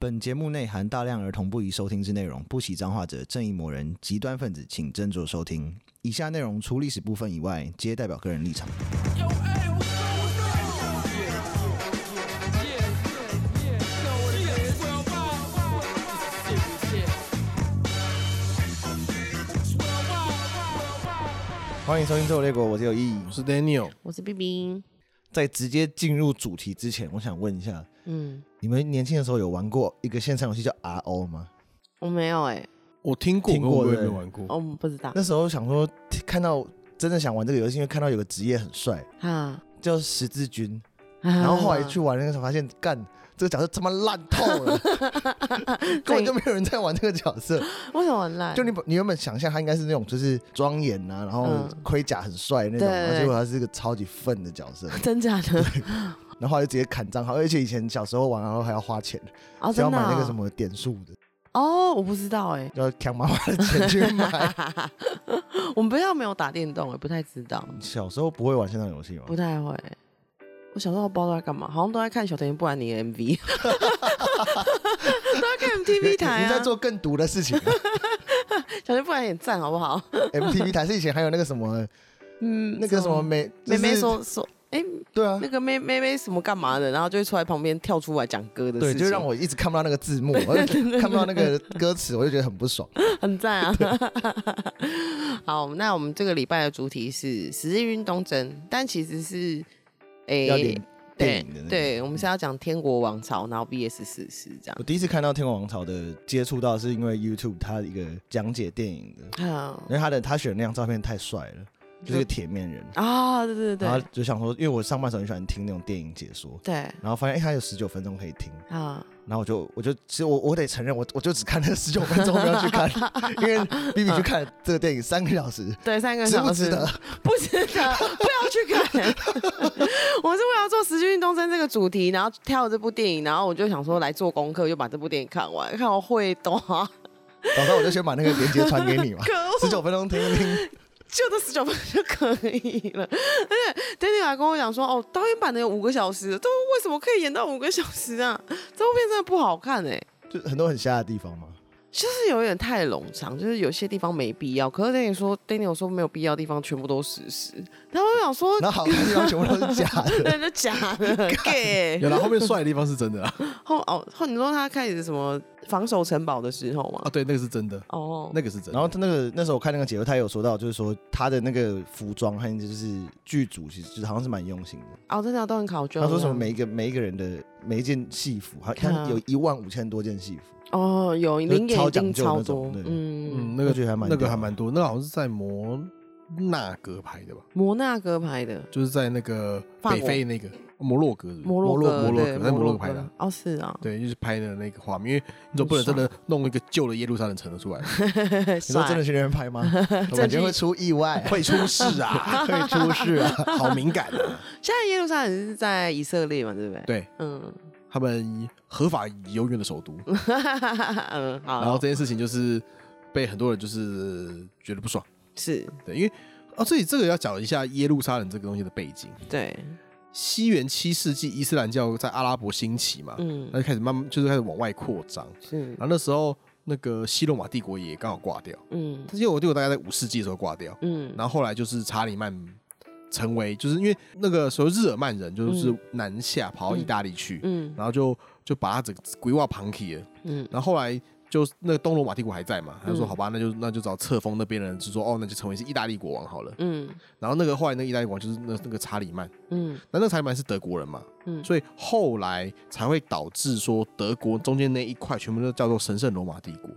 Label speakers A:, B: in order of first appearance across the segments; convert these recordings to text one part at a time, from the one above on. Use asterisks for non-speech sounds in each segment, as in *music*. A: 本节目内含大量儿童不宜收听之内容，不喜脏话者、正义魔人、极端分子，请斟酌收听。以下内容除历史部分以外，皆代表个人立场。欢迎收听《最后列国》，我是有意义。
B: 我是 Daniel，
C: 我是冰冰。
A: 在直接进入主题之前，我想问一下，
C: 嗯，
A: 你们年轻的时候有玩过一个线上游戏叫 RO 吗？
C: 我没有哎、
B: 我听过，
A: 听过
B: 可我
A: 对
B: 也没玩过。
C: 我们不知道
A: 那时候想说，看到真的想玩这个游戏，因为看到有个职业很帅，
C: 啊。
A: 叫十字军。
C: 然
A: 然后后来去玩那个时候，发现干这个角色他妈烂透了，根本就没有人在玩这个角
C: *laughs*
A: 色。
C: *laughs* 为什么很烂？
A: 就你本你原本想象他应该是那种就是庄严啊，然后
C: 嗯
A: 盔甲很帅那种，
C: 对
A: 然后
C: 对
A: 结果他是一个超级愤的角色，
C: *laughs* 真假的？
A: 然后后来就直接砍账号，而且以前小时候玩然啊后还要花钱，
C: 哦，
A: 只
C: 真
A: *laughs* 要
C: 的
A: 买
C: 啊、
A: 那个什么点数的，
C: 哦，我不知道哎、
A: 就要抢妈妈的钱去买。
C: *laughs* 我们不要没有打电动哎、不太知道，
A: 小时候不会玩线上游戏吗？
C: 不太会。我小时候不知道在干嘛，好像都在看小甜甜布兰妮的 MV，都在看 MTV 台
A: 你在
C: 啊。
A: 做更毒的事情啊。
C: 小甜甜布兰妮也赞好不好？ *laughs*
A: MTV 台是以前还有那个什么
C: 嗯，
A: 那个什么
C: 妹
A: 美
C: 妹妹，
A: 就是
C: 说说，哎、
A: 对啊
C: 那，个妹妹妹什么干嘛的，然后就会出来旁边跳出来讲歌的事
A: 对，
C: 情，
A: 就让我一直看不到那个字
C: *laughs*
A: 幕，我就看不到那个歌词，我就觉得很不爽。
C: 很赞啊！ *laughs* 好，那我们这个礼拜的主题是十日运动针，但其实是诶、
A: 要嗯领电
C: 对
A: 影的那个
C: 对，我们是要讲天国王朝，然后 VS 四十这样
A: 我。第一次看到《天王王朝》的接触到，是因为 YouTube 它一个讲解电影的，
C: 好
A: 因为他的他选的那张照片太帅了，就是一个铁面人，
C: 啊，对对
A: 然后
C: 对
A: 就想说，因为我上半场很喜欢听那种电影解说，
C: 对
A: 然后发现哎，他有十九分钟可以听，
C: 啊，
A: 然后我就我就其实我我得承认，我我就只看那十九分钟，没有去
C: *laughs*
A: 看，因为 B B 去看这个电影三个小时，
C: 对，三个
A: 值不
C: 小时 *laughs*
A: 值得？
C: 不值得，不要去看。 *laughs* 我是为了要做《十日运动针》这个主题，然后跳这部电影，然后我就想说来做功课，就把这部电影看完，看我会懂啊。
A: 早上我就先把那个链接传给你嘛
C: 可恶，
A: 十九分钟听一听，
C: 就这十九分就可以了。 *laughs* 而且 Danny 还跟我讲说，哦，导演版的有五个小时，都为什么可以演到五个小时啊？这部片真的不好看哎、
A: 就很多很瞎的地方嘛。
C: 就是有点太冗长，就是有些地方没必要。可是 Danny 说，Danny 说没有必要的地方全部都事实。然后我想说， *laughs*
A: 然后好看的地方全部都是假的， *laughs*
C: 那就假的 gay
B: 有。啦，后面帅的地方是真的啊
A: *laughs*
B: 啦。
C: 后哦后你说他开始什么防守城堡的时候
B: 啊，
C: 吗？
B: 对，那个是真的，
C: 哦，
B: 那个是真的。
A: 然后他那个那时候我看那个解说，他也有说到，就是说他的那个服装和就是剧组，其实就是好像是蛮用心的。
C: 哦，真的都很考究。
A: 他说什么每一个每一个人的每一件戏服，他
C: 看啊
A: 他有一万五千多件戏服，
C: 哦，有零点
A: 超
C: 一
A: 讲
C: 定
A: 究那
C: 超
A: 种
C: 多，
A: 对
C: 嗯，
B: 嗯，那个
A: 我觉得还蛮
B: 那个
A: 屌
B: 还蛮多，那个好像是在摩纳哥拍的吧，
C: 摩纳哥拍的，
B: 就是在那个
C: 法
B: 北
C: 国
B: 非那个摩洛哥是不是
C: 摩洛哥，
B: 摩洛
C: 对
B: 哥在摩洛哥拍的啊。
C: 哦，是啊，
B: 对，就是拍的那个画面，因为你总不能真的弄一个旧的耶路撒冷城
A: *laughs*
B: 的出来，
C: *laughs*
A: 你说真的
C: 帅
A: 去那边拍吗？我感觉会出意外， *laughs*
B: 会出事啊，
A: 会出事啊！
B: *laughs* 好敏感啊！
C: 现在耶路撒冷是在以色列嘛，对不对？，
B: 对
C: 嗯， *laughs*
B: 他们合法游远的首都，
C: 嗯，好，
B: 然后这件事情就是被很多人就是觉得不爽，
C: 是
B: 对，因为哦，这里这个要讲一下耶路撒冷这个东西的背景。
C: 对，
B: 西元七世纪伊斯兰教在阿拉伯兴起嘛，
C: 嗯，
B: 那就开始慢慢就是开始往外扩张，
C: 是
B: 然，后啊那啊时候那个西罗马帝国也刚好挂掉，
C: 嗯
B: 西罗马帝国大概在五世纪的时候挂掉，
C: 嗯，
B: 然后后来就是查理曼成为，就是因为那个时候日耳曼人就是南下跑到意大利去，
C: 嗯
B: 然后就就把他整个规划庞体了，
C: 嗯
B: 然后后来。就那个东罗马帝国还在嘛？他就说
C: 嗯
B: 好吧，那就那就找册封那边的人，就说哦，那就成为是意大利国王好了。
C: 嗯
B: 然后那个后来那个意大利国王就是那那个查理曼，
C: 嗯
B: 那那个查理曼是德国人嘛，
C: 嗯，
B: 所以后来才会导致说德国中间那一块全部都叫做神圣罗马帝国。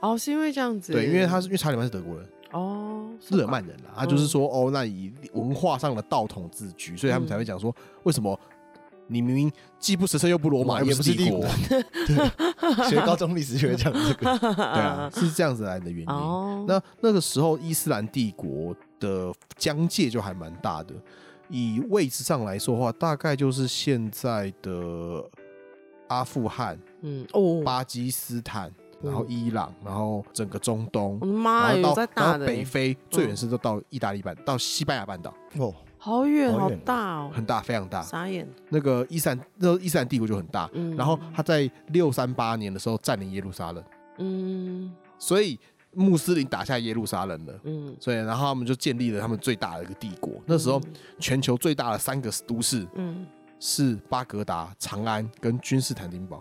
C: 哦，是因为这样子，
B: 对，因为他是因为查理曼是德国人，
C: 哦，是
B: 日耳
C: 吧， *laughs*
B: 曼人啦，他就是说、哦，那以文化上的道统自居，所以他
C: 嗯
B: 们才会讲说，为什么你明明既不神圣又不罗马，
A: 也不
B: 又不
A: 是
B: 是
A: 帝
B: 帝
A: 国
B: 国，
A: 学高中历史学讲这个，
B: 对啊，是这样子来的原因。
C: 哦，
B: 那那个时候伊斯兰帝国的疆界就还蛮大的，以位置上来说的话，大概就是现在的阿富汗、
C: 嗯哦，
B: 巴基斯坦，然后伊朗，然后整个中东
C: 我的，妈，嗯啊
B: 然
C: 有
B: 后
C: 在
B: 到
C: 打
B: 然
C: 的嗯
B: 后，北非，最远是都到意大利半，到西班牙半岛。
A: 哦，
C: 好远
A: 好
C: 好
A: 远哦
C: 大哦，
B: 很大，非常大。
C: 傻眼。
B: 那个伊斯兰，那伊斯兰帝国就很大。
C: 嗯
B: 然后他在六三八年的时候占领耶路撒冷，
C: 嗯
B: 所以穆斯林打下耶路撒冷了。
C: 嗯，
B: 所以，然后他们就建立了他们最大的一个帝国。那时候，全球最大的三个都市
C: 嗯，
B: 是巴格达、长安跟君士坦丁堡。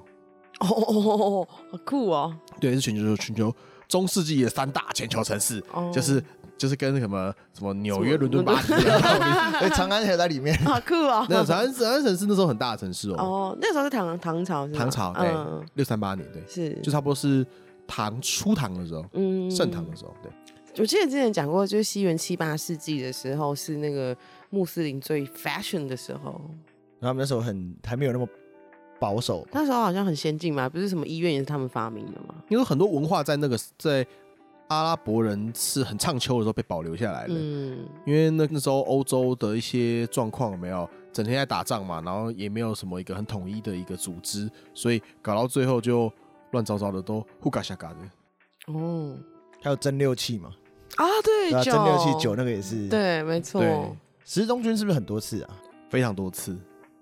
C: 哦哦哦哦， *laughs* 好酷哦，
B: 对，是全球全球中世纪的三大全球城市，
C: 哦
B: 就是就是跟什么什么纽
C: 什
B: 约、
C: 么
B: 伦敦、巴黎一啊样。
C: *laughs*
A: 哎，长安也在里面。
C: 好酷哦。
B: 那长安长安城市那时候很大的城市哦，
C: 哦，那时候是唐唐朝是吗，
B: 唐朝对
C: 嗯，
B: 六三八年对，
C: 是，
B: 就差不多是唐初唐的时候，
C: 嗯
B: 盛唐的时候对。
C: 我记得之前讲过，就是西元七八世纪的时候，是那个穆斯林最 fashion 的时候。
A: 然后他们那时候很还没有那么保守，
C: 那时候好像很先进嘛，不是什么医院也是他们发明的嘛。
B: 因为很多文化在那个在阿拉伯人是很唱秋的时候被保留下来的，
C: 嗯，
B: 因为那那时候欧洲的一些状况有没有整天在打仗嘛，然后也没有什么一个很统一的一个组织，所以搞到最后就乱糟糟的，都互嘎下嘎的。
C: 哦，
A: 还有蒸馏器嘛，
C: 啊，对，
A: 对啊，
C: 酒，
A: 蒸馏器酒，那个也是。，
C: 对，没错，
B: 对，
A: 十字中军是不是很多次啊？
B: 非常多次，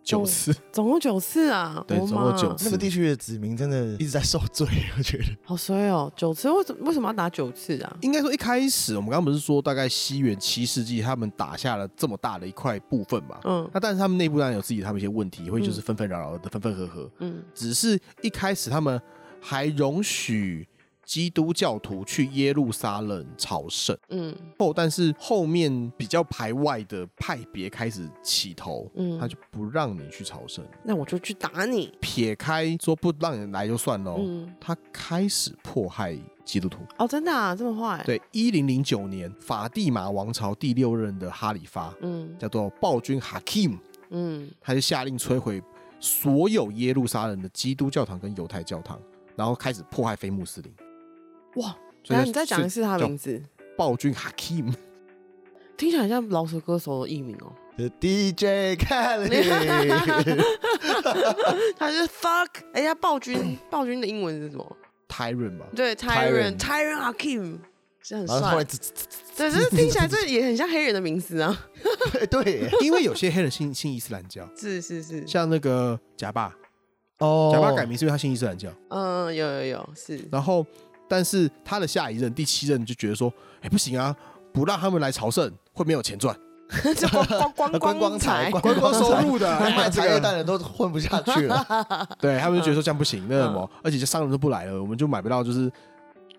B: 九
C: 哦
B: 次，
C: 总共九次啊，
B: 对
C: 我
B: 总共
C: 妈
B: 九次
A: 那个地区的子民真的一直在受罪， *laughs* 我觉得。
C: 好衰哦，九次，为什为什么要打九次啊？
B: *laughs* 应该说一开始我们刚刚不是说大概西元七世纪他们打下了这么大的一块部分嘛？
C: 嗯
B: 那但是他们内部当然有自己他们一些问题，会就是纷纷扰扰的，分分合合。
C: 嗯
B: 只是一开始他们还容许基督教徒去耶路撒冷朝圣
C: 嗯
B: 后，但是后面比较排外的派别开始起头，他
C: 嗯，
B: 就不让你去朝圣。
C: 那我就去打你，
B: 撇开说不让你来就算喽，
C: 嗯，
B: 他开始迫害基督徒。
C: 哦，真的啊，这么坏，，
B: 对，一零零九年，法蒂玛王朝第六任的哈里发
C: 嗯
B: 叫做暴君哈 a 姆，
C: 嗯，
B: 他就下令摧毁所有耶路撒冷的基督教堂跟犹太教堂，然后开始迫害非穆斯林。
C: 哇，
B: 所
C: 然后
B: 以他
C: 你再讲一次他的名字，
B: 暴君 *laughs* Hakim，
C: 听起来像老鼠歌手的艺名哦。
A: 这 DJ *laughs* Kelly，
C: *laughs* 他就是 fuck，哎呀，暴
B: *laughs*
C: 君，暴君的英文是什么？
B: Tyron 吧，
C: 对
A: Tyrant
C: ，Tyrant，Tyrant Hakim，这很
A: 然后后来
C: 帅。
A: 吱吱吱
C: 对，这是听起来这也很像黑人的名字啊。 *laughs*
A: 吱对
B: *laughs*
A: 耶
B: 因为有些黑人信信伊斯兰教，
C: 是是是，
B: 像那个贾巴，
A: 哦
B: 贾巴改名是因为他信伊斯兰教，
C: 嗯，有有有，
B: *laughs*
C: 是
B: 然后但是他的下一任第七任就觉得说，哎不行啊，不让他们来朝圣会没有钱赚，
C: 这
B: *laughs*
C: 光光
A: 呃观光啊
C: 财
A: 财，，
B: 观光收
A: *laughs*
B: 入 *laughs* 的，
A: 他卖
B: 这
A: 茶叶
B: 个
A: 蛋的都混不下去了。
B: 对他们就觉得说这样不行，那什么，而且这商人都不来了，我们就买不到就是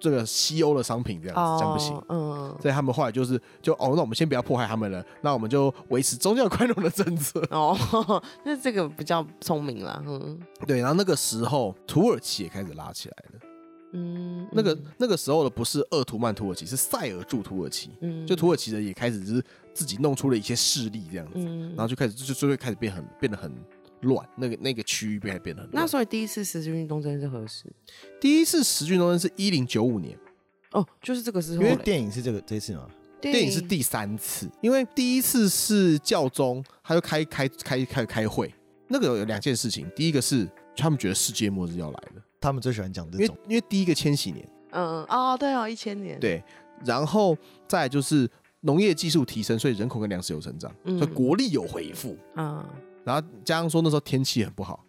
B: 这个西欧的商品这样子，这样不行
C: 哦。嗯，
B: 所以他们后来就是就哦，那我们先不要迫害他们了，那我们就维持宗教宽容的政策。
C: 哦， *laughs* 那这个比较聪明啦，嗯
B: 对，然后那个时候土耳其也开始拉起来了。
C: 嗯，
B: 那个那个时候的不是鄂图曼土耳其，是塞尔柱土耳其，
C: 嗯
B: 就土耳其人也开始就是自己弄出了一些势力这样子，
C: 嗯
B: 然后就开始就就就会开始变很变得很乱，那个那个区域变变得很乱。
C: 那所以第一次十字军东征是何时？
B: 第一次十军东征是一零九五年。
C: 哦，就是这个时
A: *laughs* 因
C: 候
A: 为
C: 嘞，
A: 电影是这个这次嘛，
C: 电
B: 电影是第三次，因为第一次是教宗，他就开开开开开会，那个有有两件事情，第一个是他们觉得世界末日要来了，
A: 他们最喜欢讲
B: 因
A: 这
B: 为
A: 种。
B: 因为第一个千禧年
C: 嗯哦，对哦，一千年，
B: 对，然后再来就是农业技术提升，所以人口跟粮食有成长，
C: 嗯
B: 所以国力有回复，
C: 啊，
B: 然后加上说那时候天气很不好。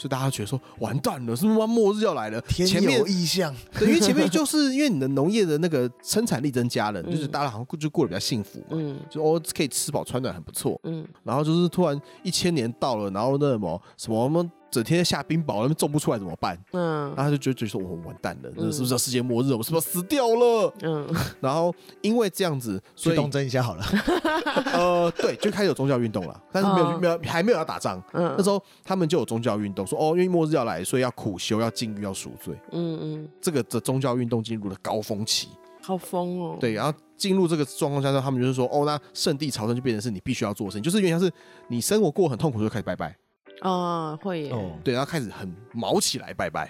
B: 所以大家觉得说完蛋了，是不是末日要来了？
A: 天
B: 前
C: *laughs*
B: 面
A: 有异象，
B: 对，因为前面就是因为你的农业的那个生产力增加了，就是
C: 嗯
B: 大家好像就过得比较幸福嘛，
C: 嗯
B: 就哦可以吃饱穿暖很不错。
C: 嗯
B: 然后就是突然一千年到了，然后那什么什么，我们整天下冰雹，他们种不出来怎么办？
C: 嗯
B: 然后他就觉得觉得说我哦们完蛋了，这
C: 嗯
B: 是不是要世界末日？我们是不是要死掉了？
C: 嗯，
B: 然后因为这样子，所
A: 去
B: 以
A: 东征一下好
B: *laughs*
A: 了。
B: 呃，对，就开始有宗教运动了，但是没有、
C: 嗯
B: 没有还没有要打仗。
C: 嗯
B: 那时候他们就有宗教运动，说哦，因为末日要来，所以要苦修、要禁欲、要赎罪。
C: 嗯嗯，
B: 这个的宗教运动进入了高峰期，
C: 好疯哦。
B: 对，然后进入这个状况下之后，他们就是说，哦，那圣地朝圣就变成是你必须要做的事情，就是有点像是你生活过得很痛苦就开始拜拜，
C: 啊，会耶。
A: 哦，
B: 对，然后开始很毛起来
C: *laughs*
B: 拜拜，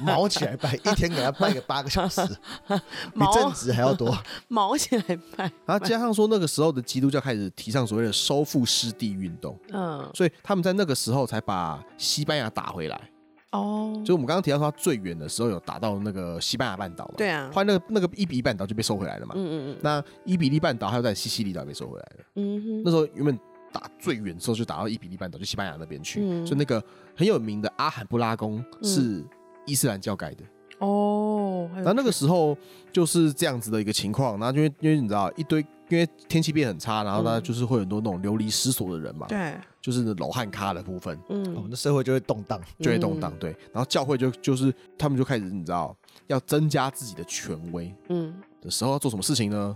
A: 毛起来拜，一天给他拜个八个小 *laughs* 时，比
C: 毛
A: 正职还要 *laughs* 多。
C: 毛起来拜，
B: 然后加上说那个时候的基督教开始提倡所谓的收复失地运动，
C: 嗯，
B: 所以他们在那个时候才把西班牙打回来，
C: *laughs* 哦
B: 就，我们刚刚提到说，它最远的时候有打到那个西班牙半岛嘛，
C: 对啊
B: 后来那个那个伊比利半岛就被收回来了嘛，
C: 嗯嗯嗯
B: 那伊比利半岛还有在西西里岛也被收回来了。
C: 嗯
B: 那
C: 哼，
B: 时候原本打最远的时候就打到伊比利半岛，就西班牙那边去，
C: 嗯
B: 所以那个很有名的阿罕布拉宫是伊斯兰教改的。
C: 哦，还有
B: 然后那个时候就是这样子的一个情况，然后因为因为你知道一堆。因为天气变很差，然后呢，
C: 嗯
B: 就是会有很多那种流离失所的人嘛，
C: 对，
B: 就是老汉咖的部分
A: 我们
C: 嗯，
A: 的社会就会动荡。
B: 就会动荡，对。然后教会就就是他们就开始你知道要增加自己的权威
C: 嗯，
B: 的时候要做什么事情呢？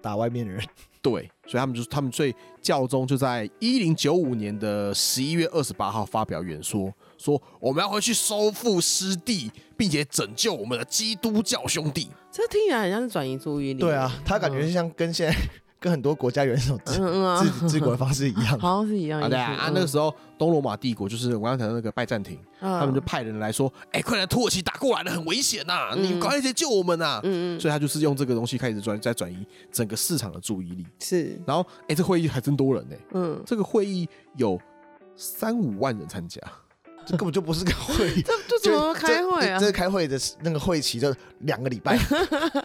A: 打外面的人，
B: 对，所以他们就是他们最教宗就在一零九五年的十一月二十八号发表演说，说我们要回去收复失地，并且拯救我们的基督教兄弟。
C: 这听起来很像是转移注意力。哦
A: 对啊，他感觉是像跟现在 *laughs* 跟很多国家元首
C: 嗯
A: 治
C: 嗯啊，
A: 治治国的方式一样，
C: 好像是一嗯样
B: 啊，
C: 意思。
B: 对啊，啊那个时候东罗马帝国就是我刚刚讲的那个拜占庭，
C: 候
B: 他们就派人来说，哎、快来，土耳其打过来了，很危险呐、你们赶快来救我们呐、
C: 嗯嗯嗯
B: 所以他就是用这个东西开始转在转移整个市场的注意力。
C: 是
B: 然后，哎、这会议还真多人呢、
C: 嗯，
B: 这个会议有三五万人参加。
A: 这根本就不是个会议。
C: 这 *laughs* 这怎么开会啊
A: 这？这开会的那个会期就两个礼
C: *laughs*
A: 拜，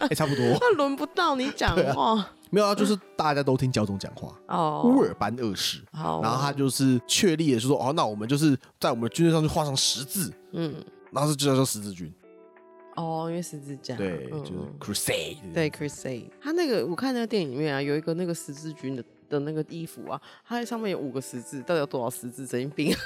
B: 哎、差不多
C: 那轮不到你讲话
B: 没有啊，就是大家都听教宗讲话，
C: 哦。
B: 乌尔班二世，
C: 好，哦
B: 然后他就是确立了，就说哦，那我们就是在我们的军队上就画上十字，
C: 嗯
B: 然后就叫做十字军，
C: 哦，因为十字架
B: 对，
C: 嗯
B: 就是
C: 嗯
B: crusade，
C: 对 Crusade，他那个我看那个电影里面啊，有一个那个十字军的的那个衣服啊，它上面有五个十字，到底有多少十字？神经 *laughs* 病！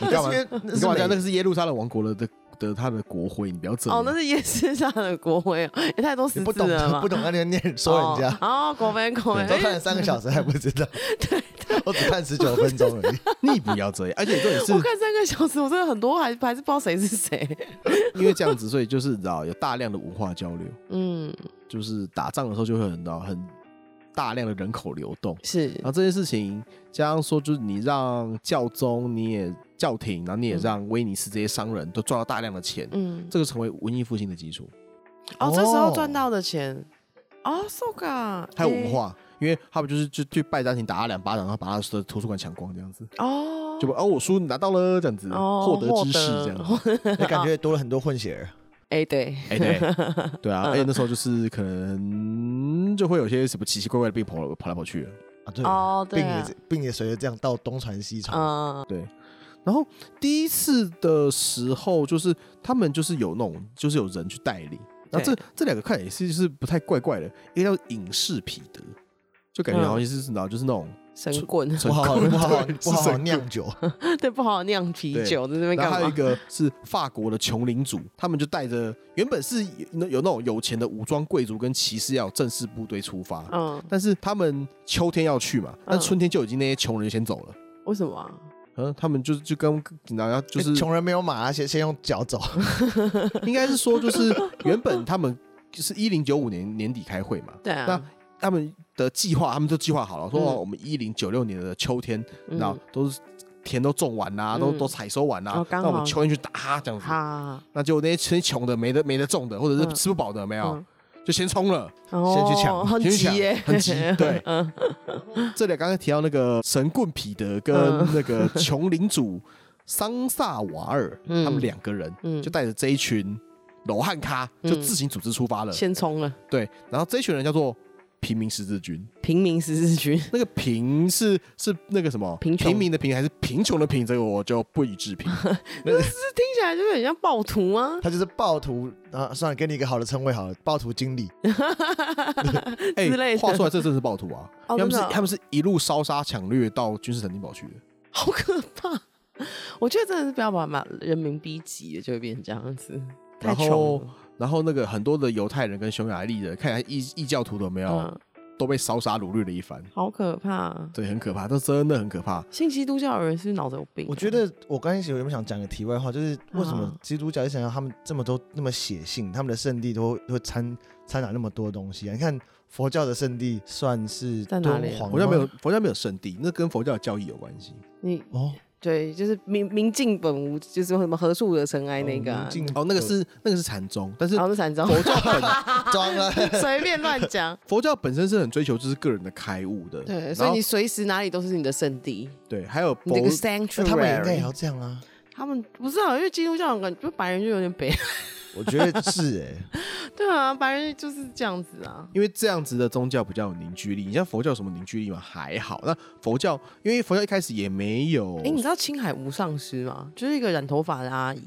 B: 你干嘛？
A: 那
B: 你
A: 是
B: 干嘛这样？那
A: 美
B: 个是耶路撒冷王国的的的他的国徽，你不要这样。
C: 哦，那是夜市上的国徽啊，也太多
A: 你
C: 十
A: 不
C: 字
A: 懂 *laughs* 啊
C: 了 *laughs* 嘛，
A: 不懂那边念说人家，
C: 哦，哦哎国徽国
A: 我
C: 徽，
A: 都看了三个小时还不知
C: *laughs*
A: 道， *laughs* 我只看十九分钟而已。
B: 你不要这样，而且重点是
C: 我看三个小时，我真的很多还还是不知道谁是谁。
B: 因为这样子，所以就是你知道有大量的文化交流，
C: 嗯，
B: 就是打仗的时候就会很到很大量的人口流动。
C: 是
B: 然后这件事情加上说，就是你让教宗，你也教廷，然后你也让威尼斯这些商人都赚到大量的钱，
C: 嗯，
B: 这个成为文艺复兴的基础，
C: 哦，这时候赚到的钱，哦，so ga，
B: 还有文化，因为他们就是就去拜占庭打他两巴掌，然后把他的图书馆抢光这样子，
C: 哦，
B: 就把哦我书拿到了这样子，
C: 哦
B: 获得知识
C: 获得
B: 这样子，
A: 你感觉多了很多混血儿，
C: 哎对，
B: 哎对，
C: *laughs*
B: 对啊，而且那时候就是可能就会有些什么奇奇怪怪的病跑跑来跑去的，
A: 啊，对，
C: 哦对
A: 并
C: 啊
A: 也并也随着这样到东传西传，
C: 嗯
B: 对。然后第一次的时候，就是他们就是有那种，就是有人去带领。那这
C: 对
B: 这两个看起来是是不太怪怪的，一个叫隐士彼得，就
C: 嗯
B: 感觉好像是然后就是那种
C: 神棍， *laughs*
A: 不好好
B: 神棍
A: 不好好
B: *laughs* 对
A: 不好
B: 是
A: 好
B: 神
A: 酿酒，
C: 对，不好酿啤
B: 对
C: 酒，在那边
B: 然
C: 干
B: 后还有一
C: 嘛？
B: 个是法国的穷领主，他们就带着原本是有有那种有钱的武装贵族跟骑士要有正式部队出发，
C: 嗯，
B: 但是他们秋天要去嘛，但
C: 嗯
B: 春天就已经那些穷人先走了。
C: 为什么啊？
B: 嗯，他们就就跟然后
C: 哎
B: 就是
A: *laughs* 穷人没有马，先先用脚走，
C: *laughs*
B: 应该是说，就是原本他们就是一零九五年年底开会嘛，
C: 对啊，
B: 那他们的计划，他们都计划好了，说
C: 嗯
B: 哦我们一零九六年的秋天，
C: 嗯
B: 然后都是田都种完啦，
C: 嗯
B: 都都采收完啦
C: 哦，
B: 那
C: 刚好
B: 我们秋天去打这样子，
C: 哈，
B: 那结果那些吃穷的没得没得种的，或者
C: 嗯
B: 是吃不饱的，有没有
C: 嗯，
B: 就先冲
C: *laughs*
B: 了。
A: 先去抢
C: 哦很
B: 先去
C: 急
B: 抢
C: 耶，
B: 很急
C: *laughs*
B: 对
C: 嗯
B: 这里刚刚提到那个神棍彼得跟
C: 嗯
B: 那个穷领主桑萨瓦尔，
C: 嗯
B: 他们两个人
C: 嗯
B: 就带着这一群老汉咖，就
C: 嗯
B: 自行组织出发
C: *laughs*
B: 了。
C: 先冲了，
B: 对，然后这一群人叫做平民十字军。
C: 平民十字
B: *laughs*
C: 军，
B: 那个贫是是那个什么
C: 贫穷
B: 民的贫还是贫穷的贫？这个我就不予置
C: *laughs*
B: 评。
C: 这听起来就是很像暴徒啊，
A: 他就是暴徒啊，算了，给你一个好的称谓好了，暴徒经理，
B: *laughs* 哎
C: 之类的
B: 话说来，这真是暴徒啊！
C: 哦
B: 他们是
C: 真的哦
B: 他们是一路烧杀抢掠到君士坦丁堡去的。
C: *laughs* 好可怕。我觉得真的是不要把把人民逼急了，就会变成这样子，太
B: 然
C: 穷
B: 后
C: 了。
B: 然后那个很多的犹太人跟匈牙利人，看起来异异教徒的有没有、
C: 嗯，
B: 都被烧杀掳掠了一番。
C: 好可怕。
B: 对，很可怕，这真的很可怕。
C: 信基督教的人是不是脑子有病啊、
A: 我觉得我刚开始有没有想讲个题外话，就是为什么
C: 啊
A: 基督教一想要他们这么多那么写信，他们的圣地都会掺掺杂那么多东西啊？你看佛教的圣地算是
C: 在哪里
A: 敦
C: 啊
A: 煌
B: 佛教没有
A: 吗
B: 佛教没有圣地，那跟佛教的教义有关系。
C: 你
A: 哦，
C: 对，就是明明镜本无，就是什么何处惹尘埃那个、啊
A: 宁，静
B: 哦，那个是那个是禅宗，但是
C: 然后是散
B: *laughs*
C: 装，
B: 佛教啊本
A: 装了，
C: *laughs* 随便乱讲。
B: 佛教本身是很追求就是个人的开悟的。
C: *laughs* 对，
B: 然
C: 所以
B: 后
C: 你随时哪里都是你的圣地，
B: 对还有
C: 你这
B: 佛
C: 个 *laughs*
A: 那他们也应该也
C: sanctuary。
A: 要这样啊。
C: 他们不是啊，因为基督教人感觉就白人就有点北， *laughs*
A: 我觉得是哎、
C: 对啊，白人就是这样子啊。
B: 欸因为这样子的宗教比较有凝聚力。你像佛教有什么凝聚力嘛？还好。那佛教，因为佛教一开始也没有
C: 哎、，你知道青海无上师吗？就是一个染头发的阿 *laughs* 姨，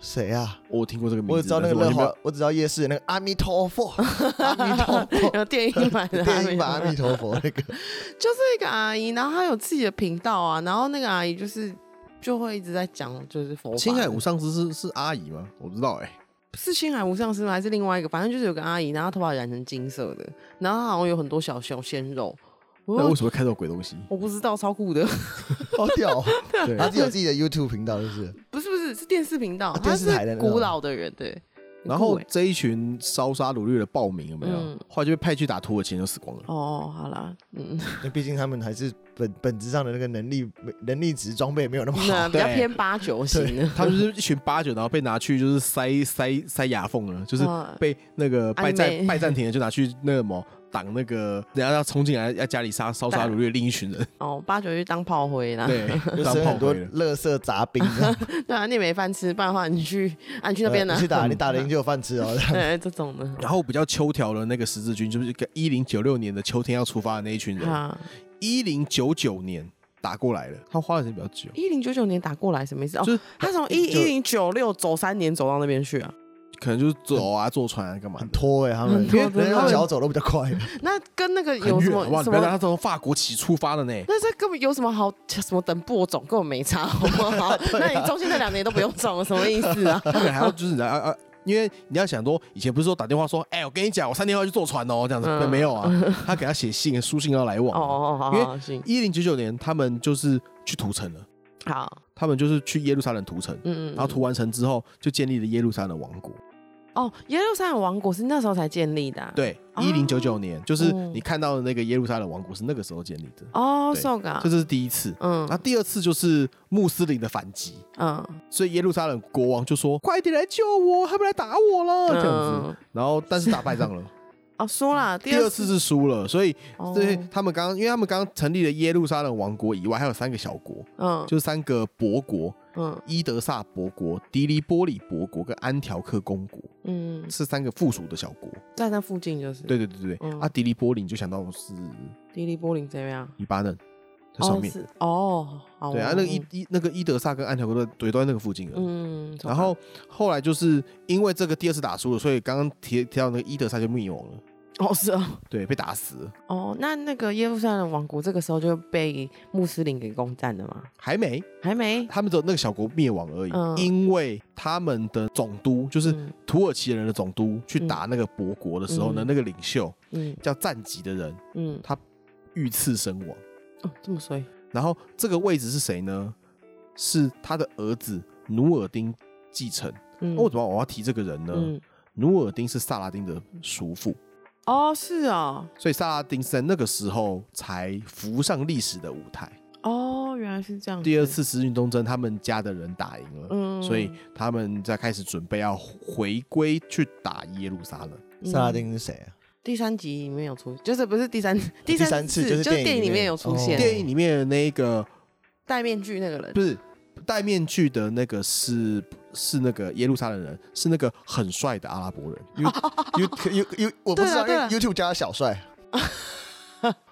A: 谁
B: *laughs*
A: 啊？
B: 我有听过这个名字，
A: 我只知道那个
B: 但
A: 乐
B: 是完
A: 华，我只知道夜市的那个阿弥陀
B: *laughs*
A: 佛，阿弥陀佛，
C: *laughs* 有电影版的阿
A: 电
C: 姨
A: 影，版阿弥陀佛
B: *laughs*
A: 那个，
C: *laughs* 就是一个阿姨，然后她有自己的频道啊，然后那个阿姨就是就会一直在讲就是佛法。
B: 全青海无上师是是阿姨吗？我不知道哎、
C: 是青海无上师吗？还是另外一个？反正就是有个阿姨，然后她头发染成金色的，然后她好像有很多小小鲜肉。
B: 那
C: 我
B: 为什么会看到鬼东西？
C: 我不知道，超酷的。
A: 好屌哦！
B: 对，
A: 他自己有自己的 YouTube 频道，就是
C: 不是不是，是电视频道，
A: 啊
C: 她
A: 电视台的
C: 是
A: 那种
C: 古老的人对。很
B: 然
C: 酷
B: 后
C: 欸
B: 这一群烧杀掳掠的暴民有没有？
C: 嗯
B: 后来就被派去打土耳其人，就死光了。
C: 哦，好啦， *laughs* 嗯，
A: 那毕竟他们还是本本质上的那个能力能力值装备没有那么
C: 那
A: 好，
C: 比较
B: 对
C: 偏八九型的。
B: 他们就是一群八九，然后被拿去就是塞塞塞牙缝了，就是
C: 啊
B: 被那个拜
C: 暧
B: 占
C: 昧
B: 拜占庭的就拿去那个什么挡那个人家要冲进来要家里杀烧杀掳掠另一群人，
C: 哦，八九就当炮灰啦。
B: 对，
A: 就
B: 当
A: 生
B: 炮
A: 很多
B: 灰
A: 垃
B: 了。
A: 圾杂兵这样。
C: *laughs* 对啊，你也没饭吃，不然的话你去， *laughs* 啊你 *laughs* 嗯去那边
A: 呃
C: 呢
A: 你？去打，你打得赢就有饭吃哦。这样
C: *laughs* 对，这种的。
B: 然后比较秋条的那个十字军，就是跟一零九六年的秋天要出发的那一群人，
C: 啊，
B: 一零九九年打过来了，他花的时间比较久，
C: 一零九九年打过来什么意思？哦，
B: 就是
C: 他从一
B: 就
C: 一零九六走三年走到那边去啊，
B: 可能就是走啊、坐船啊、干嘛
A: 很
B: 的。
A: 拖哎，他们
C: 很拖
A: 因为人
C: 真
A: 家
C: 的
A: 脚走都比较快。
C: 那跟那个
B: 很
C: 有什
B: 远，好不
C: 么
B: 好？你
C: 什
B: 不要让
C: 么
B: 他？从法国起出发的呢。
C: 那这根本有什么好什么等播种，根本没差， *laughs* 好不好？那你中间那两年都不用种，什么意思 *laughs* 啊？
B: 他可能还要就是你知道啊啊，因为你要想说，以前不是说打电话说，哎、我跟你讲，我三天后要去坐船哦，这样子、
C: 嗯
B: 没
C: *laughs*
B: 有啊，他给他写信、书信要来
C: 哦
B: 往。
C: 哦，好
B: 因为
C: 好行，
B: 一零九九年，他们就是去屠城了，
C: 好，
B: 他们就是去耶路撒冷屠城，
C: 嗯嗯。
B: 然后屠完城之后，就建立了耶路撒冷王国。
C: 哦，耶路撒冷王国是那时候才建立的、啊。。
B: 对，
C: 啊
B: 一零九九年，就是
C: 哦
B: 你看到的那个耶路撒冷王国是那个时候建立的，
C: 哦，
B: 对
C: 受噶
B: 这。就是啊第一次。
C: 嗯
B: 那第二次就是穆斯林的反击，
C: 嗯
B: 所以耶路撒冷国王就说：“快点来救我，他们来打我了！”这样子，
C: 嗯。
B: 然后但是打败仗了。
C: 哦，说啦， *laughs* 第
B: 嗯第二次是输了，所以
C: 哦
B: 对他们刚，因为他们刚成立了耶路撒冷王国以外，还有三个小国，
C: 嗯
B: 就是三个伯国：
C: 嗯
B: 伊德萨伯国、迪黎波里伯国跟安条克公国，
C: 嗯，
B: 是三个附属的小国。
C: 在那附近就是。
B: 对对对对，对
C: 嗯
B: 啊，迪黎波里你就想到是
C: 迪利波林这边。啊
B: 黎巴嫩在上
C: 哦
B: 面，
C: 是哦，好
B: 对啊，那个伊伊那个伊德萨跟安条克都对都在那个附近了。
C: 嗯，
B: 然后后来就是因为这个第二次打输了，所以刚刚提提到那个伊德萨就灭亡了，
C: 哦是哦
B: 对，被打死了，
C: 哦，那那个耶路撒冷王国这个时候就被穆斯林给攻占了吗？
B: 还没，
C: 还没，
B: 他们只有那个小国灭亡而已，
C: 嗯
B: 因为他们的总督就是
C: 嗯
B: 土耳其人的总督去打那个伯国的时候呢，
C: 嗯
B: 那个领袖
C: 嗯
B: 叫赞吉的人
C: 嗯，
B: 遇刺身亡。
C: 哦这么衰，
B: 然后这个位置是谁呢？是他的儿子努尔丁继承。
C: 嗯
B: 那为什么我要提这个人呢？
C: 嗯
B: 努尔丁是萨拉丁的叔父，
C: 哦是哦
B: 所以萨拉丁是在那个时候才浮上历史的舞台。
C: 哦原来是这样，
B: 第二次十字军东征，他们家的人打赢了，
C: 嗯
B: 所以他们在开始准备要回归去打耶路撒冷。
C: 嗯
A: 萨拉丁是谁啊？
C: 第三集里面有出，就是不是第三 *laughs*
A: 第
C: 第
A: 三次
C: 次
A: 就是
C: 就
A: 电影
C: 电影
A: 里
C: 里面
A: 面
C: 有出
A: 哦
C: 现
B: 电影里面的那个
C: 戴面具那个人
B: 不是戴面具的那个是是那个耶路撒冷人，是那个很帅的阿拉伯人。
C: *laughs*
A: You You *laughs* You You，我不知道，因
C: 对
A: 为
C: 啊对啊
A: YouTube 叫他小 *laughs* 帅。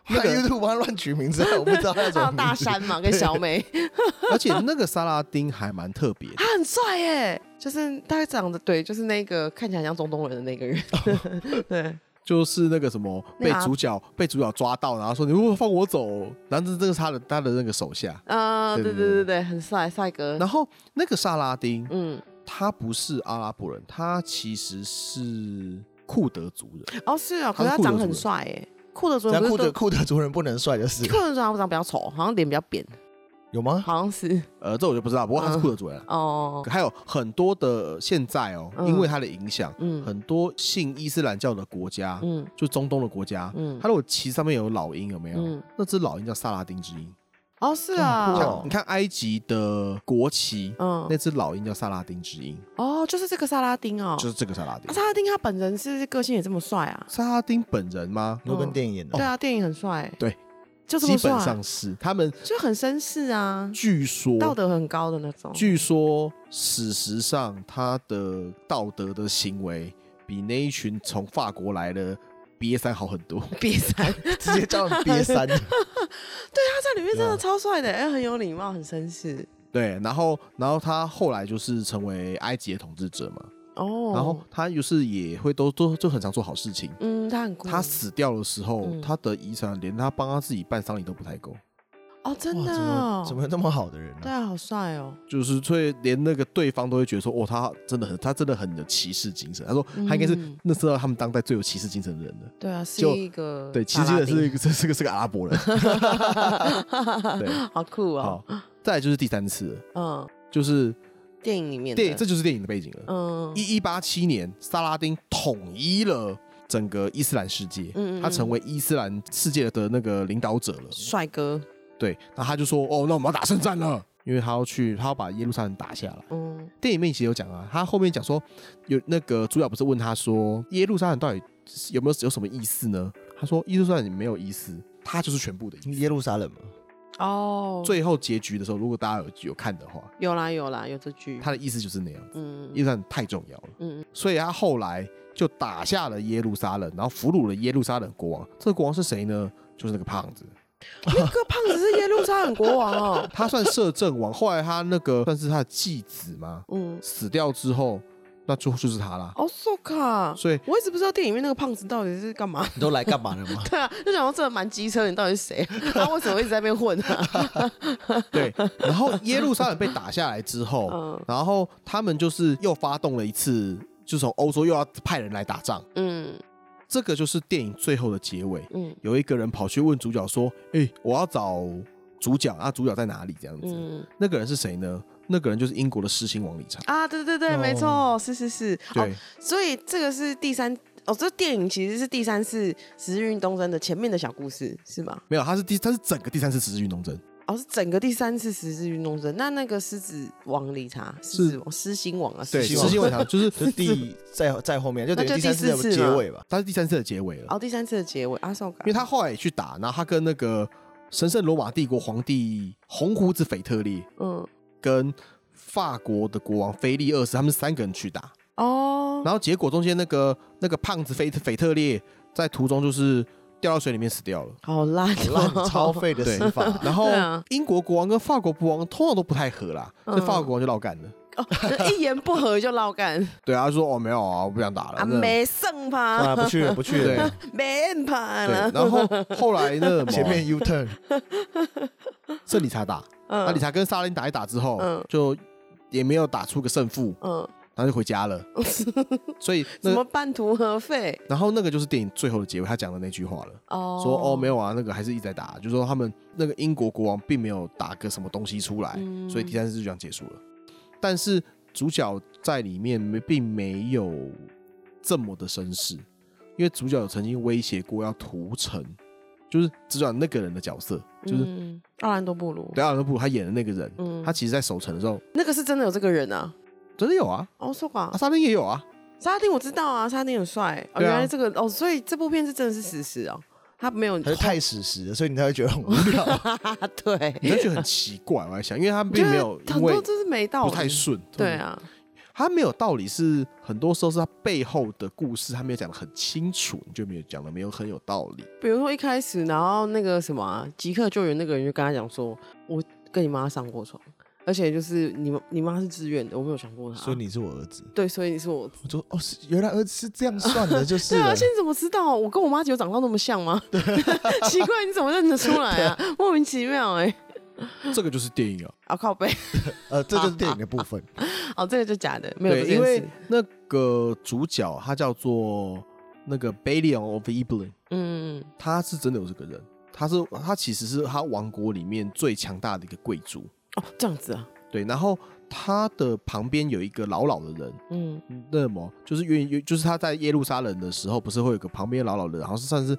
A: 那 YouTube 帮他乱取名字，啊我不知道他
C: 还
A: 怎
C: 有
A: 么
C: *laughs* 大
A: 名字。
C: 山嘛，跟小美，
B: 而且那个萨拉丁还蛮特别的
C: 他，很帅耶，就是大概长得对，就是那个看起来像中东人的那个人，对，
B: 就是那个什么
C: 那
B: 被
C: 个阿啊
B: 主角被主角抓到，然后说你为什么放我走？哦然后这这个是他的他的那个手下。
C: 啊，对
B: 对
C: 对
B: 对
C: 对对，很帅，帅哥，
B: 然后那个萨拉丁，
C: 嗯，
B: 他不是阿拉伯人，他其实是库德族人。
C: 哦是哦，可是
B: 他
C: 他
B: 是库德
C: 长
B: 族
C: 很
B: 人
C: 帅耶，酷的主人
A: 然
C: 不
A: 后库
C: 是都
A: 德库德族人不能帅就是
C: 酷的主人他长比较丑，好像脸比较扁，
A: 有吗？
C: 好像是
B: 呃，这我就不知道，不过他是
C: 嗯
B: 库德族人啊。 *laughs*
C: 哦，
B: 还有很多的现在哦，
C: 嗯
B: 因为他的影响，
C: 嗯
B: 很多信伊斯兰教的国家，
C: 嗯
B: 就中东的国家，
C: 嗯
B: 它如果旗上面有老鹰，有没有？
C: 嗯
B: 那只老鹰叫萨拉丁之鹰。
C: 哦是
A: 哇
C: 啊
A: 哦，
B: 你看埃及的国旗，
C: 嗯
B: 那只老鹰叫萨拉丁之鹰，
C: 哦就是这个萨拉丁哦
B: 就，是这个萨拉丁
C: 啊。萨拉丁他本人是不是个性也这么帅啊？
B: 萨拉丁本人吗？
A: 罗根电影演的
C: 哦对，啊，电影很帅耶，
B: 哦对，
C: 就这
B: 基
C: 么
B: 本
C: 算，
B: 上是他们
C: 就很绅士啊，
B: 据说
C: 道德很高的那种。
B: 据说史实上他的道德的行为比那一群从法国来的 B 三好很多。 *laughs*
C: 瘪 *laughs* 三，他
A: 直接叫人憋
C: *laughs*
A: 三，
C: 在里面
B: 啊
C: 真的超帅的，哎，很有礼貌，很绅士
B: 对，然后然后他后来就是成为埃及的统治者嘛，
C: 哦。
B: 然后，他就是也会都都就很常做好事情。
C: 嗯，他很酷，
B: 他死掉的时候，
C: 嗯
B: 他的遗产连他帮他自己办丧礼都不太够，
C: 哦，真
A: 哇，
C: 的
A: 怎么怎么
C: 哦，
A: 有那么好的人
C: 对
A: 呢、
C: 啊，好帅哦。
B: 就是所以连那个对方都会觉得说，哦，他真的很他真的很有骑士精神。他说他应该是
C: 嗯
B: 那时候他们当代最有骑士精神的人了。
C: 对啊，是
B: 就
C: 一个
B: 对，骑士精神是一个是是个是个阿拉伯
C: *laughs*
B: 人。对，
C: 好酷哦，
B: 好，再来就是第三次了，
C: 嗯，
B: 就是
C: 电影里面的
B: 电，这就是电影的背景了。
C: 嗯
B: 一一八七年，萨拉丁统一了整个伊斯兰世界，
C: 嗯嗯
B: 他成为伊斯兰世界的那个领导者了。
C: 帅哥，
B: 对，那他就说：“哦，那我们要打圣战了。”因为他要去，他要把耶路撒冷打下来。
C: 嗯
B: 电影里面其实有讲啊，他后面讲说，有那个主角不是问他说，耶路撒冷到底有没有有什么意思呢？他说，耶路撒冷没有意思，它就是全部的意思。
A: 耶路撒冷嘛，
C: 哦，
B: 最后结局的时候，如果大家有有看的话，
C: 有啦有啦有这句，
B: 他的意思就是那样子。
C: 嗯
B: 耶路撒冷太重要了，
C: 嗯嗯
B: 所以他后来就打下了耶路撒冷，然后俘虏了耶路撒冷国王。这个国王是谁呢？就是那个胖子，
C: 那个胖子是耶路撒冷国王哦，
B: 他算摄政王。后来他那个算是他的继子吗？
C: 嗯，
B: 死掉之后，那就就是他啦。
C: 哦，so 卡，
B: 所以
C: 我一直不知道电影里面那个胖子到底是干嘛。 *laughs*？
A: 你都来干嘛了吗
C: 对啊，就想说这蛮机车的，你到底是谁？ *laughs* 他为什么一直在那边混啊？
B: 对，然后耶路撒冷被打下来之后，
C: *laughs* 嗯
B: 然后他们就是又发动了一次，就从欧洲又要派人来打仗。
C: 嗯
B: 这个就是电影最后的结尾。
C: 嗯
B: 有一个人跑去问主角说：“哎、我要找主角啊，主角在哪里？”这样子，
C: 嗯
B: 那个人是谁呢？那个人就是英国的狮心王理查。
C: 啊，对对对，
A: 哦
C: 没错，是是是，哦
B: 对，，
C: 所以这个是第三。哦，这电影其实是第三次十日运动真的前面的小故事是吗？
B: 没有，他是第，他是整个第三次十字军东征，
C: 哦，是整个第三次十字运动生。那那个狮子王理查，狮子王狮心王啊，
B: 对，
A: 狮
C: 狮
A: 心
C: 心
B: 狮
A: 王
B: 心王理查就是
A: 就第在在后面，就等于
C: 那
A: 第
C: 就
A: 三次
C: 第四
A: 的
C: 次
A: 结
C: 嘛
A: 尾吧。
B: *laughs* 他是第三次的结尾了，
C: 哦，第三次的结尾，阿寿
B: 因为他后来也去打，然后他跟那个神圣罗马帝国皇帝红胡子腓特烈
C: 嗯，
B: 跟法国的国王菲利二世，他们三个人去打，
C: 哦，
B: 然后结果中间那个那个胖子腓腓特烈在途中就是掉到水里面死掉了。
C: 好烂哦，
A: 烂超废的死法，
B: *laughs* 然后
C: 对啊
B: 英国国王跟法国国王通常都不太合啦，所以
C: 嗯
B: 法国国王就闹干了。
C: 哦， *laughs* 一言不合就老干，
B: 对啊，他说哦没有啊，我不想打了。
C: 啊，
B: 那
C: 没剩吧，
A: 啊，不去了，不去
B: 对
A: 了，
C: 没人盘
B: 对，
C: 了，
B: 然后后来那
C: *laughs*
B: *laughs* 什么
A: 前面 U turn，
B: 是理查打，那理
C: 嗯
B: 查跟沙林打一打之后
C: 嗯，
B: 就也没有打出个胜负， *laughs*
C: 嗯，
B: 然后就回家了。所以
C: 什
B: 那
C: 么半途而废
B: 然后那个就是电影最后的结尾，他讲的那句话了。
C: 哦，
B: 说哦没有啊，那个还是一直在打，就说他们那个英国国王并没有打个什么东西出来，
C: 嗯
B: 所以第三次就这样结束了。但是主角在里面没并没有这么的绅士，因为主角有曾经威胁过要屠城，就是主角那个人的角色，就是
C: 嗯奥兰多布鲁，
B: 德奥伦布鲁他演的那个人，
C: 嗯
B: 他其实在守城的时候
C: 那个是真的有这个人啊，
B: 真的有啊，
C: 哦，说吧
B: 阿，沙丁也有啊，
C: 沙丁我知道啊，沙丁很帅，哦，
B: 对
C: 原
B: 啊
C: 来这个哦，所以这部片是真的是史实哦，他没有
A: 它是太史实了，所以你才会觉得很无聊。
C: *laughs* 对，
B: 你就觉得很奇怪，我在想，因为他
C: 觉
B: 并
C: 得
B: 没有因
C: 很
B: 为
C: 多就是没道
B: 不
C: 理，
B: 太顺，
C: 对啊，
B: 他没有道理是很多时候是他背后的故事，他没有讲的很清楚，你就没有讲的没有很有道
C: *gasps*
B: 理。
C: 比如说一开始，然后那个什么、啊、即刻救援那个人就跟他讲说，我跟你妈上过床，而且就是你们你妈是自愿的，我没有强迫她。
A: 所以你是我儿子，
C: 对，所以你是我。
A: 我说哦，是原来儿子是这样算的，就是
C: 对啊，
A: 了
C: 而且你怎么知道我跟我妈有长到那么像吗？奇怪，你怎么认得出来啊？莫名其妙哎、
B: 这个就是电影啊，
C: 啊靠背，
A: 呃，这就是电影的部分。
C: 哦这个就假的，没有
B: 对，
C: 这
B: 因
C: 件
B: 为
C: 事。
B: 那个主角他叫做那个 Balion of Eblin，
C: 嗯，
B: 他是真的有这个人，他是他其实是他王国里面最强大的一个贵族，
C: 哦这样子啊，
B: 对，然后他的旁边有一个老老的人，
C: 嗯
B: 那么就是愿意，就是他在耶路撒冷的时候，不是会有个旁边老老的人，好像是算是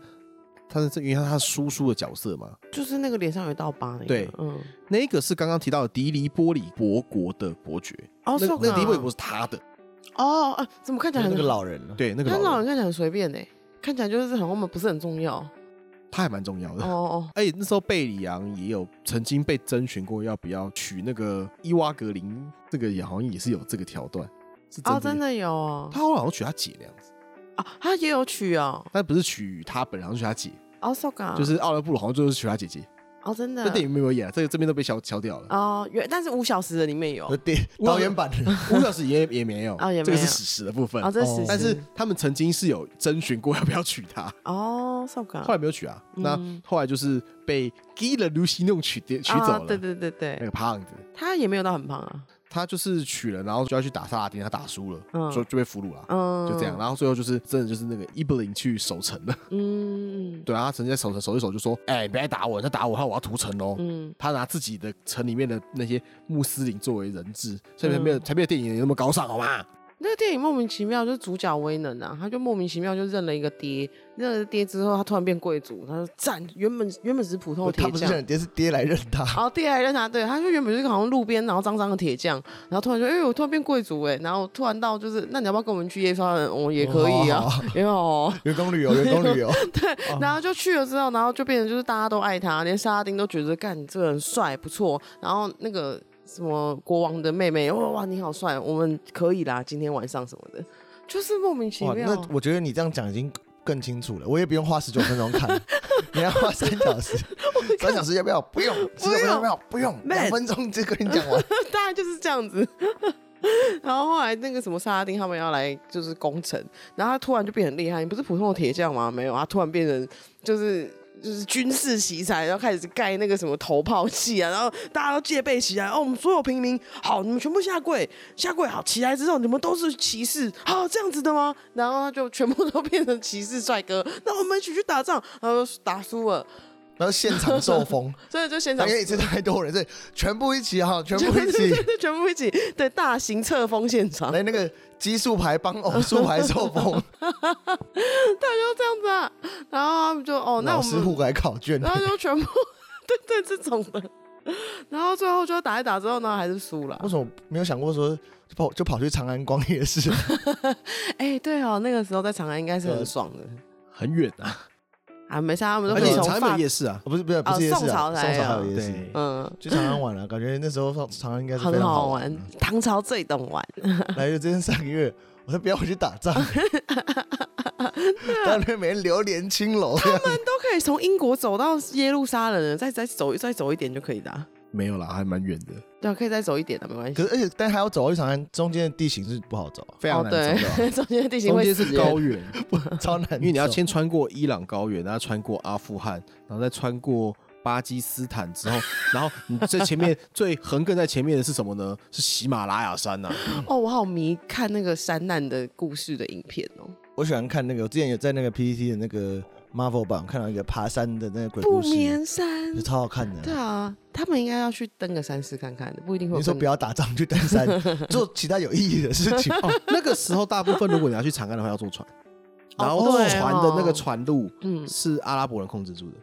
B: 他是因为他是他叔叔的角色嘛，
C: 就是那个脸上有一道疤那个，
B: 对
C: 嗯，
B: 那个是刚刚提到的迪黎波里伯国的伯爵，
C: 哦
B: 那
C: 受
B: 那个迪黎
C: 卡
B: 波里伯是他的，
C: 哦啊，怎么看起来
A: 那
C: 很
A: 个老人了，
B: 对，那个
C: 他
B: 老
C: 老人
B: 人
C: 看起来很随便哎、看起来就是好像我们不是很重要。
B: 他还蛮重要的。
C: 哦哦，
B: 而且那时候贝里昂也有曾经被征询过要不要娶那个伊瓦格林，这个也好像也是有这个条段，是真的,、
C: 哦，真。的有哦，
B: 他好像娶他姐那样子，
C: 啊，他也有曲哦，
B: 但不是娶他本人，好像娶他姐，
C: 哦，so g
B: 就是奥勒布鲁好像最后是娶他姐姐。
C: 哦，真的
B: 这，电影没有演啊，这个这边都被消消掉了。
C: 哦，原但是五小时的里面有，
A: 那
C: *laughs*
A: 电导演版的
B: 吴老师也也没有，
C: 哦也没有
B: 这个是史实的部分。
C: 哦，这是
A: 哦
C: 史诗，
B: 但是他们曾经是有征询过要不要娶她，
C: 哦，so g
B: 后来没有娶啊。那
C: 嗯
B: 后来就是被 g 了 l u c y 弄娶娶走了，
C: 啊
B: 哎
C: 对对对
B: 那
C: 对，
B: 个胖子。
C: 他也没有到很胖啊，
B: 他就是娶了，然后就要去打萨拉丁，他打输了，
C: 嗯
B: 就就被俘虏了，
C: 嗯，
B: 就这样。，然后最后就是真的就是那个伊布林去守城了， *laughs*
C: 嗯
B: 对啊，他曾经在守城守一守就说，哎、你别来打我，再打我的话我要屠城喽。
C: 嗯，
B: 他拿自己的城里面的那些穆斯林作为人质，所以才
C: 嗯
B: 没有、才没有电影那么高尚，好吗？
C: 那个电影莫名其妙就是主角威能啊，他就莫名其妙就认了一个爹，认了爹之后他突然变贵族，他说赞，原本原本只是普通的
B: 哦
A: 他
C: 铁
A: 不是
C: 匠。
A: 想爹是爹来认他，
C: 哦，爹还认他，对，他就原本就是个好像路边然后脏脏的铁匠，然后突然就，哎、我突然变贵族哎，然后突然到就是，那你要不要跟我们去耶沙人？我、哦、也可以啊 *laughs*
A: 哦好，
C: 也好哦、
A: 员工旅游，员工旅游，哦
C: 然后就去了之后，然后就变成就是大家都爱他，连沙拉丁都觉得干你这个人帅不错。然后那个什么国王的妹妹，哇哇你好帅，我们可以啦，今天晚上什么的，就是莫名其
A: 哇，
C: 妙
A: 那。我觉得你这样讲已经更清楚了，我也不用花十九分钟看，你要花三小时，三小时要不要？不用，十九分钟要不要？不用，
C: Man
A: 两分钟就跟你讲完。
C: 大概就是这样子。 *laughs* 然后后来那个什么沙拉丁他们要来就是攻城，然后他突然就变很厉害，你不是普通的铁匠吗？没有，他突然变成就是。就是军事奇才，然后开始盖那个什么头炮器啊，然后大家都戒备起来。哦，我们所有平民，好，你们全部下跪，下跪好，起来之后你们都是骑士，好这样子的吗？然后他就全部都变成骑士帅哥，那我们一起去打仗，然后就打输了，
A: 然后现场受封，
C: 所以就 *laughs* 现场
A: 因为一次太多人，所以全部一起哈，全部一
C: 对对
A: 起。
C: 对， *laughs* 全部一起对大型册封现场，
A: *laughs* 来那个奇数牌帮偶数牌受
C: *laughs*
A: 封，
C: 哦就这样子啊。然后他们就哦，那
A: 老
C: 我
A: 师
C: *laughs* 们，
A: 互改考卷，
C: 然后就全部对对这种的，然后最后就打一打之后呢，还是输了
A: 为。什么没有想过说就跑就跑去长安逛夜市？ *laughs* 哦
C: 哎、对哦，那个时候在长安应该是很
B: 对
C: 爽的
B: 很远啊，
C: 啊，没事，他们都
B: 而
C: 可
B: 且
C: 以从
B: 长
C: 法
B: 安夜市啊，
A: 不是不是不
C: 哦
A: 是夜市啊，
C: 宋朝才
A: 宋朝还有
C: 有
A: 夜市。
B: 对，
C: 嗯。
A: 去长安玩了、啊感觉那时候上长安应该是非
C: 很
A: 常
C: 好
A: 玩。
C: 玩，啊唐朝最懂玩，
A: 来就之前上个月，我才不要回去打
C: *laughs*
A: 仗， *laughs* 当然没榴莲青楼
C: *laughs*
A: 这样，
C: 都可以从英国走到耶路撒冷了，再再走再走一点就可以的啊、
B: 没有啦，还蛮远的，
C: 对啊，可以再走一点的，没关
A: 可
C: 系。
A: 是而且但还要走到啊去长安，中间的地形是不好走啊，
B: 非常
C: 哦，
B: 难走的啊、
C: *laughs* 对，中间的地形
B: 中
C: 会
B: 间
C: 死
B: 是
C: 人 *laughs*
B: 高原，
A: 啊超难走。
B: 因为你要先穿过伊朗高原，然后穿过阿富汗，然后再穿过巴基斯坦之后， *laughs* 然后你在前面最横亘在前面的是什么呢？是喜马拉雅
C: *laughs*
B: 山呐、
C: 哦，我好迷看那个山难的故事的影片哦，
A: 我喜欢看那个，我之前有在那个 PPT 的那个 Marvel 版看到一个爬山的那个鬼
C: 不
A: 故事，
C: 眠山
A: 就。超好看的。
C: 对啊，他们应该要去登个山试看看的，不一定会
A: 你
C: 有
A: 说
C: 更。
A: 不要打仗去登
C: *laughs*
A: 山，做其他有意义的事情。
B: 哦，那个时候大部分如果你要去长安的话，要坐船，然后
C: 对哦
B: 船的那个船路
C: 嗯
B: 是阿拉伯人控制住的，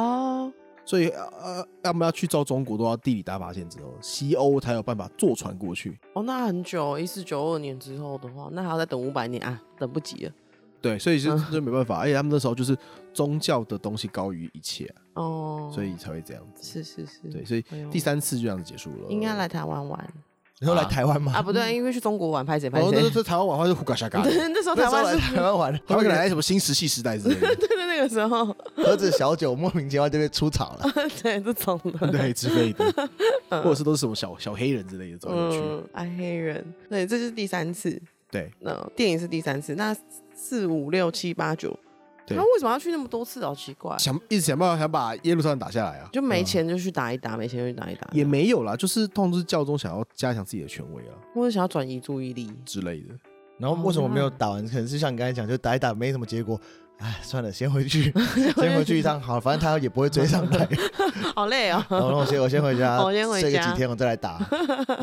C: 哦，
B: 所以呃，要么要去到中国，都要地理大发现之后，西欧才有办法坐船过去。
C: 哦，那很久，一四九二年之后的话，那还要再等五百年啊，等不及了。
B: 对，所以就
C: 嗯
B: 就没办法，而且他们那时候就是宗教的东西高于一切、啊，
C: 哦，
B: 所以才会这样子。
C: 是是是，
B: 对，所以
C: 哎呦
B: 第三次就这样子结束了。
C: 应该来台湾玩
A: 你说来台湾
C: 啊，
A: 吗？
C: 不对，因为去中国玩拍谁拍
B: 哦，那
C: 谁
B: 那。这台湾晚会是胡嘎下嘎
C: *laughs*
B: 的，
C: 对，那时候
A: 那
C: 台
A: 时候
C: 湾
A: 来
C: 是 *laughs*
A: 台湾玩，
B: 他
A: 他们
B: 们可
A: 可
B: 能
A: 能
B: 来什么新石器时代之类的，
C: 对对那个时候， *laughs*
A: 喝着小酒，莫名其妙就被出草了。
C: 对这种
B: *laughs*
C: 的，
B: 对之类的，
C: *laughs*
B: 或者是都是什么小小黑人之类的走过去。
C: 嗯，爱黑人，对，这是第三次，
B: 对，
C: 那电影是第三次，那四五六七八九，
B: 对
C: 他为什么要去那么多次？好奇怪，
B: 想一直想办法想把耶路撒冷打下来啊，
C: 就没钱就去打一打，没钱就去打一打，
B: 也没有啦，就是通常是教宗想要加强自己的权威啊
C: 或者想要转移注意力。
B: 之类的。
A: 然后为什么没有打完？可能是像你刚才讲，就打一打没什么结果。哎，算了，先回
C: *laughs*
A: 去，先回去一趟。好，反正他也不会追上来。
C: *laughs* 好累哦，
A: 然后我先我先回家，
C: 我先回
A: 睡个
C: 家
A: 几天，我再来打。
C: *laughs*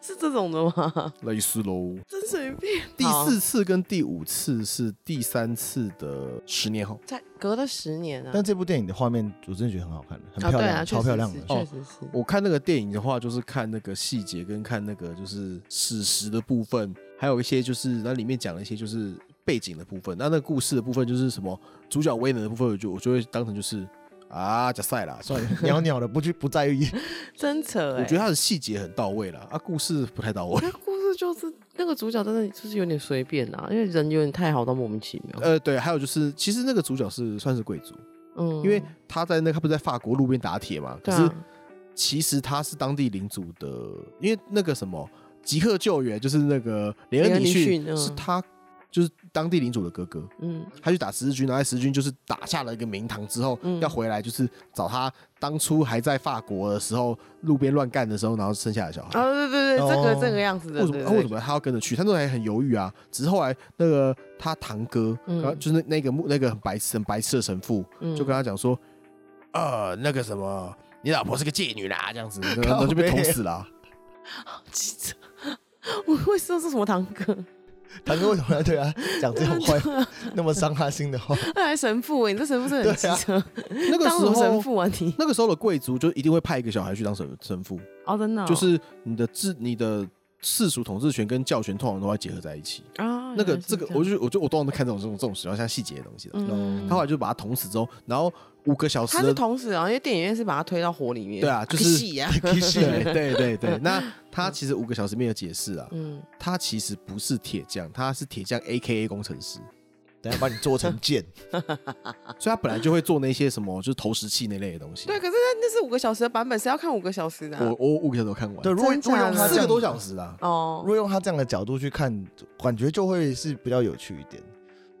C: 是这种的吗？
B: 类似喽。
C: *laughs* 真随便。
B: 第
C: 好，
B: 四次跟第五次是第三次的十年后。
C: 才隔了十年啊。
A: 但这部电影的画面，我真的觉得很好看，很
C: 啊，
A: 漂
C: 对
A: 亮，
C: 啊，确
A: 超
C: 实
A: 漂亮
C: 是
A: 的。
C: 确实是。
B: 我看那个电影的话，就是看那个细节跟看那个就是史实的部分，还有一些就是那里面讲了一些就是背景的部分。那那个故事的部分就是什么主角威能的部分，我就我就会当成就是啊假赛啦，算了。
A: *laughs* 袅袅的不去不在意，
C: 真扯哎、
B: 哦我觉得他的细节很到位啦，啊，故事不太到位。 *laughs*
C: 那故事就是那个主角真的就是有点随便啊，因为人有点太好到莫名其妙。
B: 呃，对，还有就是，其实那个主角是算是贵族，
C: 嗯，
B: 因为他在那他不是在法国路边打铁嘛，可
C: 对
B: 是
C: 啊，
B: 其实他是当地领主的，因为那个什么吉克救援就是那个连
C: 连
B: 恩
C: 恩
B: 尼
C: 尼
B: 逊
C: 逊嗯
B: 是他就是当地领主的哥哥，
C: 嗯
B: 他去打十字军，然后十字军就是打下了一个名堂之后，
C: 嗯
B: 要回来就是找他当初还在法国的时候路边乱干的时候，然后生下的小孩。
C: 啊，对对对，这个
A: 哦
C: 这个样子的，
B: 为什么、
C: 对
B: 啊为什
C: 对
B: 么他要跟着去？他那时候还很犹豫啊。只是后来那个他堂哥，
C: 嗯
B: 然后就是那那个那个很白痴很白痴的神父，
C: 嗯
B: 就跟他讲说，呃，那个什么，你老婆是个妓女啦，这
C: *laughs*
B: 样子，然
A: 靠
B: 后就被
A: 背
B: 捅死了啊。
C: 记者， *laughs* 我会说是什么堂哥， *laughs*
A: 堂哥为什么要对他讲这种坏、那么伤他心的话？
C: 那还神父哎、你这神父真的很机车，
B: 啊那个时
C: 当什么神
B: 候，
C: 父啊你？
B: 那个时候的贵族就一定会派一个小孩去当神神父，
C: 哦，真的哦、
B: 就是你的治你的世俗统治权跟教权通常都会结合在一起。
C: 啊，
B: 那个
C: 原来是
B: 这个，
C: 样
B: 我就我就我都常都看这种这种这种喜欢像细节的东西的。
C: 嗯
B: 他后来就把他捅死之后，然后五个小时
C: 他是
B: 的
C: 同时啊，因为电影院是把他推到火里面，
B: 对啊就是
C: 戏呀、 *laughs* 啊，
B: 对对对
C: *laughs*
B: 对，那他其实五个小时没有解释啊，
C: 嗯，
B: 他其实不是铁匠，他是铁匠 A K A 工程师，
A: 等下把你做成
C: *laughs*
A: 剑，
B: 所以他本来就会做那些什么就是投石器那类的东西。
C: 对，可是那那是五个小时的版本，谁要看五个小时的、啊
B: 我？我五个小时都看完，
A: 对，如果如果用他
C: 真假的
A: 这
B: 四
A: 样
B: 个多小，时啊，
A: 如
C: 哦，
A: 果用他这样的角度去看，感觉就会是比较有趣一点，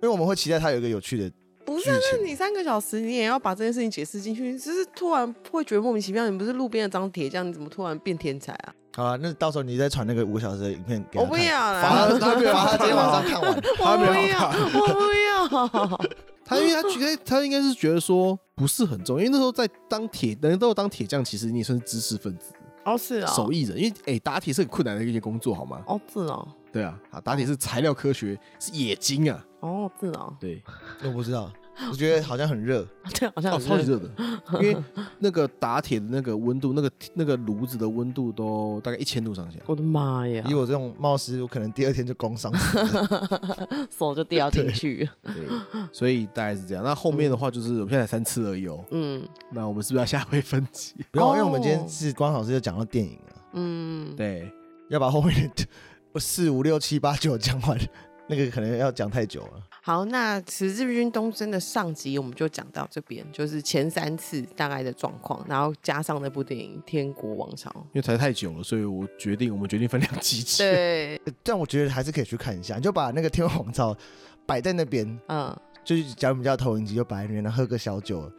A: 因为我们会期待他有一个有趣的
C: 不是
A: 剧
C: 啊，那
A: 情。
C: 你三个小时你也要把这件事情解释进去，只是突然会觉得莫名其妙，你不是路边的张铁匠，你怎么突然变天才
B: *laughs*
C: 啊？
A: 好了，那到时候你再传那个五个小时的影片给他看
C: 我不要啦
A: 罚他
B: 他没有
C: *laughs*
A: 罚他
B: 看
A: 今天晚上看完。
C: 我不要，我不要， *laughs*
B: 他因为他觉得他应该是觉得说不是很重要，因为那时候在当铁能够当铁匠，其实你也算是知识分子、
C: 哦是啊、
B: 手艺人，因为哎、打铁是很困难的一件工作，好吗？
C: 哦是哦，
B: 对啊，啊打铁是材料科学，是冶金啊，
C: 哦是哦， *laughs*
B: 对，
A: 我不知道，我觉得好像很热，
C: 对，好像
B: 哦，
C: 很
B: 超级
C: 热
B: 热的，因为那个打铁的那个温度，那个那个炉子的温度都大概一千度上下。
C: 我的妈
B: *laughs*
C: 呀
A: 以，我这种冒失，我可能第二天就工伤死
C: *laughs*
A: 了。
C: 手就掉进去，
B: 对，
C: *laughs*
B: 所以大概是这样。那后面的话就是我们现在才三次而已哦。
C: 嗯
B: 那我们是不是要下回分级？
A: 不用，因为
C: 哦
A: 我们今天是光老师就讲到电影了，
C: 嗯，
B: 对，
A: 要把后面的呃四五六七八九讲完，那个可能要讲太久了。
C: 好，那《十字军东征》的上集我们就讲到这边，就是前三次大概的状况，然后加上那部电影《天国王朝》。
B: 因为才太久了，所以我决定我们决定分两集讲。
C: *laughs* 对，
A: 呃但我觉得还是可以去看一下，你就把那个《天王王朝》摆在那边，
C: *laughs* 嗯，
A: 就是假如我们家投影机就摆在那边，然后喝个小酒。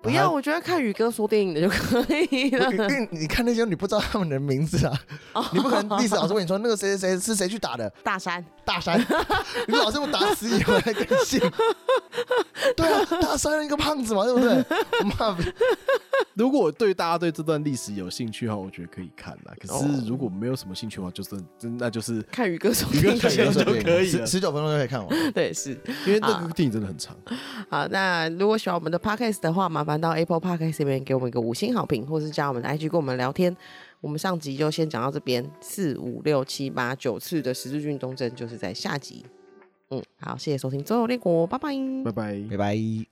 C: 不要，
A: 我，
C: 我觉得看宇哥说电影的就可以
A: 因
C: 了。
A: 为你看那些你不知道他们的名字啊，你不可能历史老师 *laughs* 问你说那个谁谁谁是谁去打的
C: 大山，
A: 大山，你老师我打死你我还敢信？对啊，大山一个胖子嘛，对不对？我
B: *laughs*
A: 妈
B: 如果对大家对这段历史有兴趣的话，我觉得可以看啦。可
C: 哦
B: 是如果没有什么兴趣的话，就是真那就是
C: 看宇哥说
B: 宇哥
C: 电
B: 看宇哥
C: 影
B: 说。就可以了
A: 十九分钟就可以看完。
C: 对，是
B: 因为那
C: 啊
B: 个电影真的很长。
C: 好。那如果喜欢我们的 podcast 的话，麻烦到 Apple Podcast 这边给我们一个五星好评，或是加我们的 IG 跟我们聊天。我们上集就先讲到这边，四五六七八九次的十字军东征就是在下集。嗯，好，谢谢收听《周游列国》，拜拜。
B: 拜
A: 拜
B: 拜。
A: 拜。